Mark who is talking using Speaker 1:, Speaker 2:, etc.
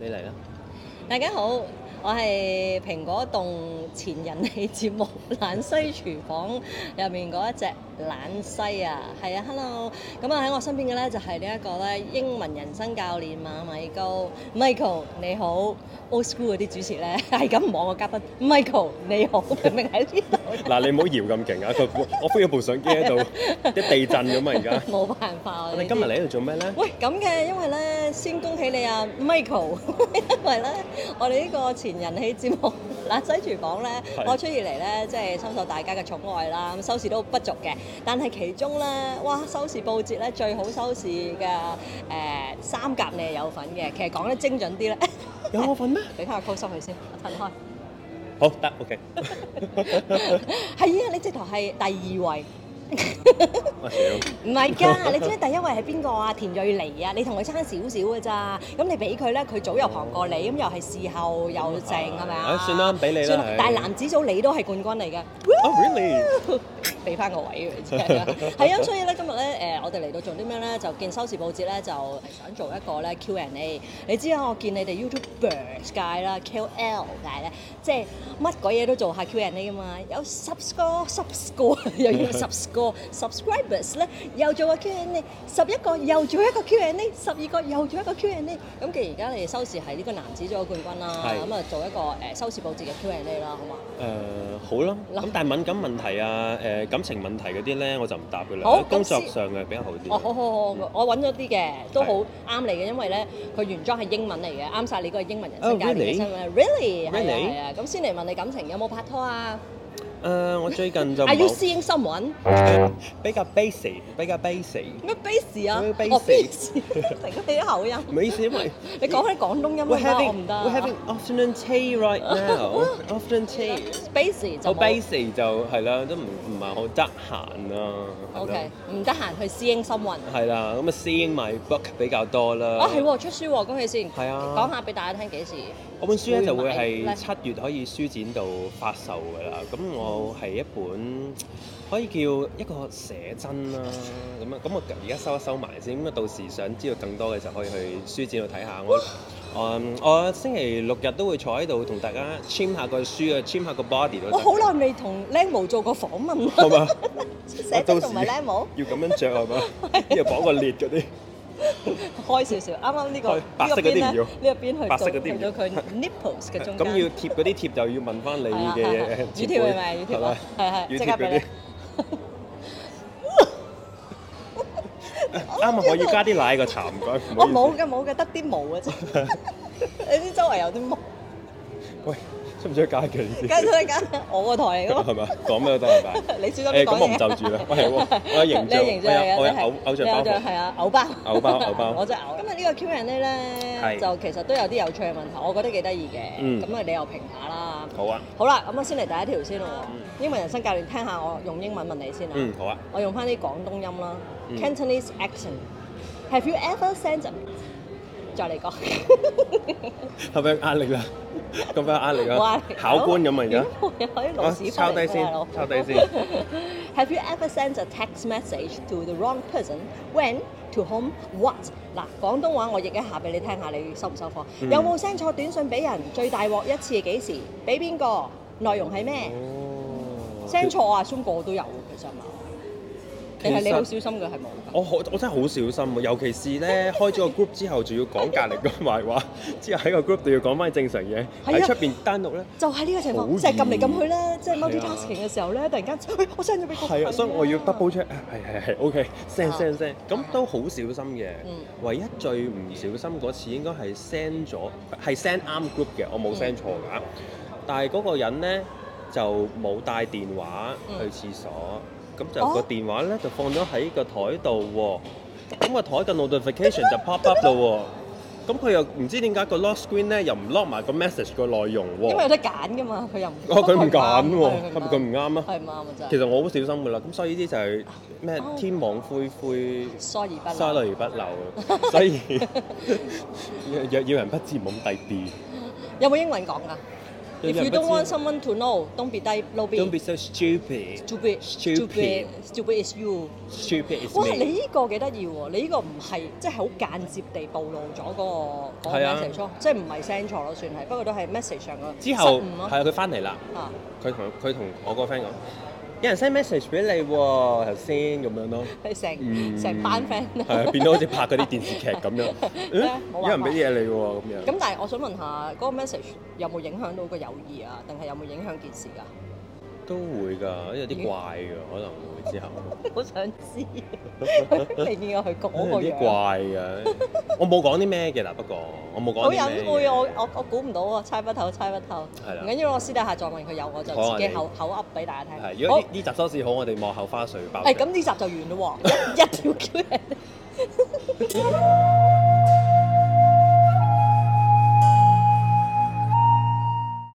Speaker 1: 你嚟啦，
Speaker 2: 大家好，我係蘋果洞前人氣節目《懶西廚房》入面嗰一隻懶西啊，係啊，hello。咁啊喺我身邊嘅咧就係呢一個咧英文人生教練馬米高 Michael，你好。Old school 嗰啲主持咧係咁望個嘉賓 Michael 你好，明明喺呢度
Speaker 1: 嗱你唔好搖咁勁啊！佢我飛咗部相機喺度，一地震咁啊！而家
Speaker 2: 冇辦法
Speaker 1: 我
Speaker 2: 我
Speaker 1: 哋
Speaker 2: 哋
Speaker 1: 今日嚟呢度做咩咧？
Speaker 2: 喂，咁嘅，因為咧，先恭喜你啊，Michael，因 為咧，我哋呢個前人氣節 目《懶西廚房》咧
Speaker 1: 係，
Speaker 2: 播出以嚟咧，即係深受大家嘅寵愛啦，咁收視都不俗嘅。但係其中咧，哇，收視報捷咧，最好收視嘅誒、呃三甲你係有份嘅。其實講得精準啲 咧，
Speaker 1: 有我份咩？
Speaker 2: 俾翻個 close up 佢先，我褪開。
Speaker 1: 好得 OK，
Speaker 2: 係啊，你直頭係第二位。
Speaker 1: 我屌，
Speaker 2: 唔係 㗎，你知唔知第一位係邊個啊？田蕊妮啊，你同佢差少少㗎咋？咁你俾佢咧，佢早又旁過你，咁又係事後又剩係咪啊
Speaker 1: 啊？算啦俾你啦
Speaker 2: 算
Speaker 1: 係
Speaker 2: 但係男子組你都係冠軍嚟嘅。
Speaker 1: 哦 Oh, really？
Speaker 2: 俾翻個位佢啫，係啊，所以咧今日咧誒，我哋嚟到做啲咩咧？就見收視報紙咧，就想做一個咧 Q&A。你知啊，我見你哋 YouTubers 界啦、KOL 界咧，即係乜鬼嘢都做下 Q&A 噶嘛，有 subscore、subscore 又要 subscore、subscribers 咧，又做個 Q&A，十一個又做一個 Q&A，十二個又做一個 Q&A。咁既然而家你哋收視係呢個男子組嘅冠軍啦，
Speaker 1: 係
Speaker 2: 咁啊做一個誒收視報紙嘅 Q&A 啦，好嘛？
Speaker 1: 誒好啦，咁但係敏感問題啊、誒感情問題嗰啲咧，我就唔答㗎
Speaker 2: 好
Speaker 1: 啦
Speaker 2: 咁。
Speaker 1: 工作上嘅比較好啲。
Speaker 2: 哦，好好好，我揾咗啲嘅，都
Speaker 1: 係
Speaker 2: 好啱你嘅，因為咧佢原裝係英文嚟嘅，啱晒你嗰個英文人生
Speaker 1: 哦
Speaker 2: 教練嘅
Speaker 1: Ờ, really？
Speaker 2: 身份。Really 係啊
Speaker 1: Really？
Speaker 2: 係啊，咁先嚟問你感情有冇拍拖啊
Speaker 1: 誒，我最近就
Speaker 2: à. ？Are you
Speaker 1: 冇
Speaker 2: seeing someone？
Speaker 1: 比較 basic，比較 basic。
Speaker 2: 咩 base 啊？
Speaker 1: 咩
Speaker 2: 我
Speaker 1: base？
Speaker 2: base，成 你啲口音。
Speaker 1: 唔好意思，因為
Speaker 2: 你講翻啲廣東音
Speaker 1: ，we're
Speaker 2: 啦，我唔
Speaker 1: having
Speaker 2: 得
Speaker 1: we're。having afternoon tea right now，afternoon tea。
Speaker 2: base
Speaker 1: 好
Speaker 2: 就冇。
Speaker 1: basic 就係啦，都唔唔係好得閒啊。係咯
Speaker 2: OK，唔 Ừ, 得閒去 seeing someone。Ờ,
Speaker 1: 係啦，咁啊 seeing my book 比較多啦。
Speaker 2: 啊係喎，出書喎，恭喜先。
Speaker 1: 係啊
Speaker 2: 講下俾大家聽幾時？
Speaker 1: 我本書咧就會
Speaker 2: 會買
Speaker 1: 係七月可以書展度發售㗎啦。咁我係一本可以叫一個寫真啦。咁啊，咁我而家收一收埋先。咁啊，到時想知道更多嘅就可以去書展度睇下我。嗯我星期六日都會坐喺度同大家簽下個書啊，簽下個 body 都得
Speaker 2: 我好耐未同靚模做過訪 問啦，
Speaker 1: 係嘛？Ờ,
Speaker 2: 寫真同埋靚模。
Speaker 1: 要咁樣 着係嘛？要綁個裂嗰啲。
Speaker 2: 開少少，啱啱呢個
Speaker 1: 開白色嗰啲唔要
Speaker 2: 呢個邊咧呢個邊去
Speaker 1: 白色嗰啲唔
Speaker 2: 去
Speaker 1: 要
Speaker 2: 到佢 nipples 嘅中間。
Speaker 1: 咁要貼嗰啲貼就要問翻你
Speaker 2: 係啊
Speaker 1: 嘅 誒前輩係
Speaker 2: 係啊乳貼係咪？乳貼啊
Speaker 1: 咪，
Speaker 2: 係係，
Speaker 1: 乳
Speaker 2: 即
Speaker 1: 貼
Speaker 2: 刻
Speaker 1: 嗰啲
Speaker 2: 俾
Speaker 1: 啱啊！我要加啲奶個茶唔該。
Speaker 2: 你。
Speaker 1: 唔好
Speaker 2: 我
Speaker 1: 意思
Speaker 2: 冇。嘅冇嘅，得啲毛嘅啫。你啲周圍有啲毛，
Speaker 1: 喂，需唔需要加強啲？
Speaker 2: 梗 係梗我個台嚟噶嘛，
Speaker 1: 係嘛？講咩都得係咪？
Speaker 2: 你小心
Speaker 1: 誒，咁
Speaker 2: 啲講
Speaker 1: 我唔
Speaker 2: 嘢。
Speaker 1: 就住啦。喂， 我我有形象，
Speaker 2: 你形象嚟嘅
Speaker 1: 我有
Speaker 2: 你
Speaker 1: 我
Speaker 2: 係
Speaker 1: 有偶偶像
Speaker 2: 你
Speaker 1: 包
Speaker 2: 有
Speaker 1: 袱。
Speaker 2: 係啊，偶包，
Speaker 1: 偶 包偶包
Speaker 2: 我真係偶。今日呢個 Q&A 咧，
Speaker 1: 係
Speaker 2: 就其實都有啲有趣嘅問題，我覺得幾得意嘅。
Speaker 1: 嗯
Speaker 2: 咁啊，你又評下啦。
Speaker 1: 好啊，
Speaker 2: 好啦，咁我先嚟第一條先咯
Speaker 1: 嗯
Speaker 2: 喎。英文人生教練，聽下我用英文問你先啊。
Speaker 1: 嗯，好啊。
Speaker 2: 我用翻啲廣東音啦、
Speaker 1: 嗯
Speaker 2: c a n t o n e s e accent。Have you ever sent？a- 再嚟講，
Speaker 1: 係咪有壓力啦？咁樣壓力
Speaker 2: 哇
Speaker 1: 啊！考官咁啊，而家。
Speaker 2: 有啲老
Speaker 1: 啊
Speaker 2: 屎忽
Speaker 1: 抄
Speaker 2: 嚟
Speaker 1: 低
Speaker 2: 㗎大佬
Speaker 1: 先，抄低先。
Speaker 2: Have you ever sent a text message to the wrong person? When? To whom? What? 嗱，廣東話我譯一下俾你聽下，你收唔收貨？
Speaker 1: 嗯
Speaker 2: 有冇 send 錯短信俾人？最大鑊一次係幾時？俾邊個？內容係咩
Speaker 1: 哦
Speaker 2: ？send 錯啊，中個都有嘅，其實嘛。定係你好小心嘅係冇㗎？
Speaker 1: 我好，我真係好小心喎，尤其是咧開咗個 group 之後，仲要講隔離嗰個壞話，之後喺個 group 度要講翻正常嘢，
Speaker 2: 係啊
Speaker 1: 喺出邊單獨咧，
Speaker 2: 就係呢個情
Speaker 1: 好
Speaker 2: 況，
Speaker 1: 易
Speaker 2: 即係撳嚟撳去咧，即係
Speaker 1: 係啊
Speaker 2: multitasking 嘅時候咧，突然間， 哎我 send 咗俾個
Speaker 1: 係啊，所以我要 double check，啊係係係，OK，send
Speaker 2: 啊
Speaker 1: send send，咁都好小心嘅
Speaker 2: 嗯。
Speaker 1: 唯一最唔小心嗰次應該係 send 咗，係 send 啱 group 嘅，我冇 send 錯㗎。但係嗰個人咧就冇帶電話去
Speaker 2: 嗯
Speaker 1: 廁所，咁就個
Speaker 2: 哦
Speaker 1: 電話咧就放咗喺個台度喎。咁個台嘅 notification 就 pop up 咯喎。咁佢又唔知點解個 lock screen 咧又唔 lock 埋個 message 個內容
Speaker 2: 因為有
Speaker 1: 喎。
Speaker 2: 得揀㗎嘛，佢又唔
Speaker 1: 哦，佢唔揀喎，係咪
Speaker 2: 係
Speaker 1: 佢唔啱啊？
Speaker 2: 係唔啱啊真
Speaker 1: 其
Speaker 2: 係，
Speaker 1: 實我好小心㗎啦，咁所以呢啲就係咩
Speaker 2: 哦
Speaker 1: 天網恢恢，
Speaker 2: 疏而不
Speaker 1: 疏
Speaker 2: 漏。
Speaker 1: 雷不 漏，所以 若若要人不知，毋庸低 B。
Speaker 2: 有冇英文講㗎？ If you don't want someone to know, don't be die low
Speaker 1: don't be
Speaker 2: be
Speaker 1: so stupid.
Speaker 2: stupid
Speaker 1: stupid.
Speaker 2: stupid stupid is you。
Speaker 1: Stupid is
Speaker 2: 哇！你
Speaker 1: me.
Speaker 2: 呢個幾得意喎，你呢個唔係即係好間接地暴露咗嗰個嗰個
Speaker 1: 係啊
Speaker 2: message 咯，即係唔係 send 錯咯，算係，不過都係 message 上嘅
Speaker 1: 之後
Speaker 2: 失誤
Speaker 1: 係
Speaker 2: 咯。
Speaker 1: 啊，佢翻嚟啦，
Speaker 2: 啊，
Speaker 1: 佢同佢同我個 friend 講，有人 send message 俾你喎，頭先咁樣 咯。
Speaker 2: 你成
Speaker 1: 嗯
Speaker 2: 成班 friend
Speaker 1: 係啊，變到好似拍嗰啲電視劇咁 樣。嗯
Speaker 2: 冇辦法
Speaker 1: 有人俾嘢你喎，咁樣。
Speaker 2: 咁但係我想問下，嗰、個 message 有冇影響到個友誼啊？ 定係有冇影響件事㗎？
Speaker 1: 都會㗎，有啲怪㗎，可能會之後。
Speaker 2: 好想 知，你見我佢嗰個
Speaker 1: 有啲
Speaker 2: 樣，
Speaker 1: 怪 㗎，我冇講啲咩嘅啦，不過我冇講
Speaker 2: 好
Speaker 1: 啲咩
Speaker 2: 隱
Speaker 1: 嘅。
Speaker 2: 晦，我我我估唔到啊，猜不透，猜不透。
Speaker 1: 係啦
Speaker 2: 唔緊要，我私底下再問佢有，我就
Speaker 1: 好啊
Speaker 2: 自己
Speaker 1: 你
Speaker 2: 口口噏俾大家
Speaker 1: 係，
Speaker 2: 聽。
Speaker 1: 如果
Speaker 2: 好
Speaker 1: 呢，呢集收視好，我哋幕後花絮爆。
Speaker 2: 誒咁呢集就完咯喎，一一條 Q&A。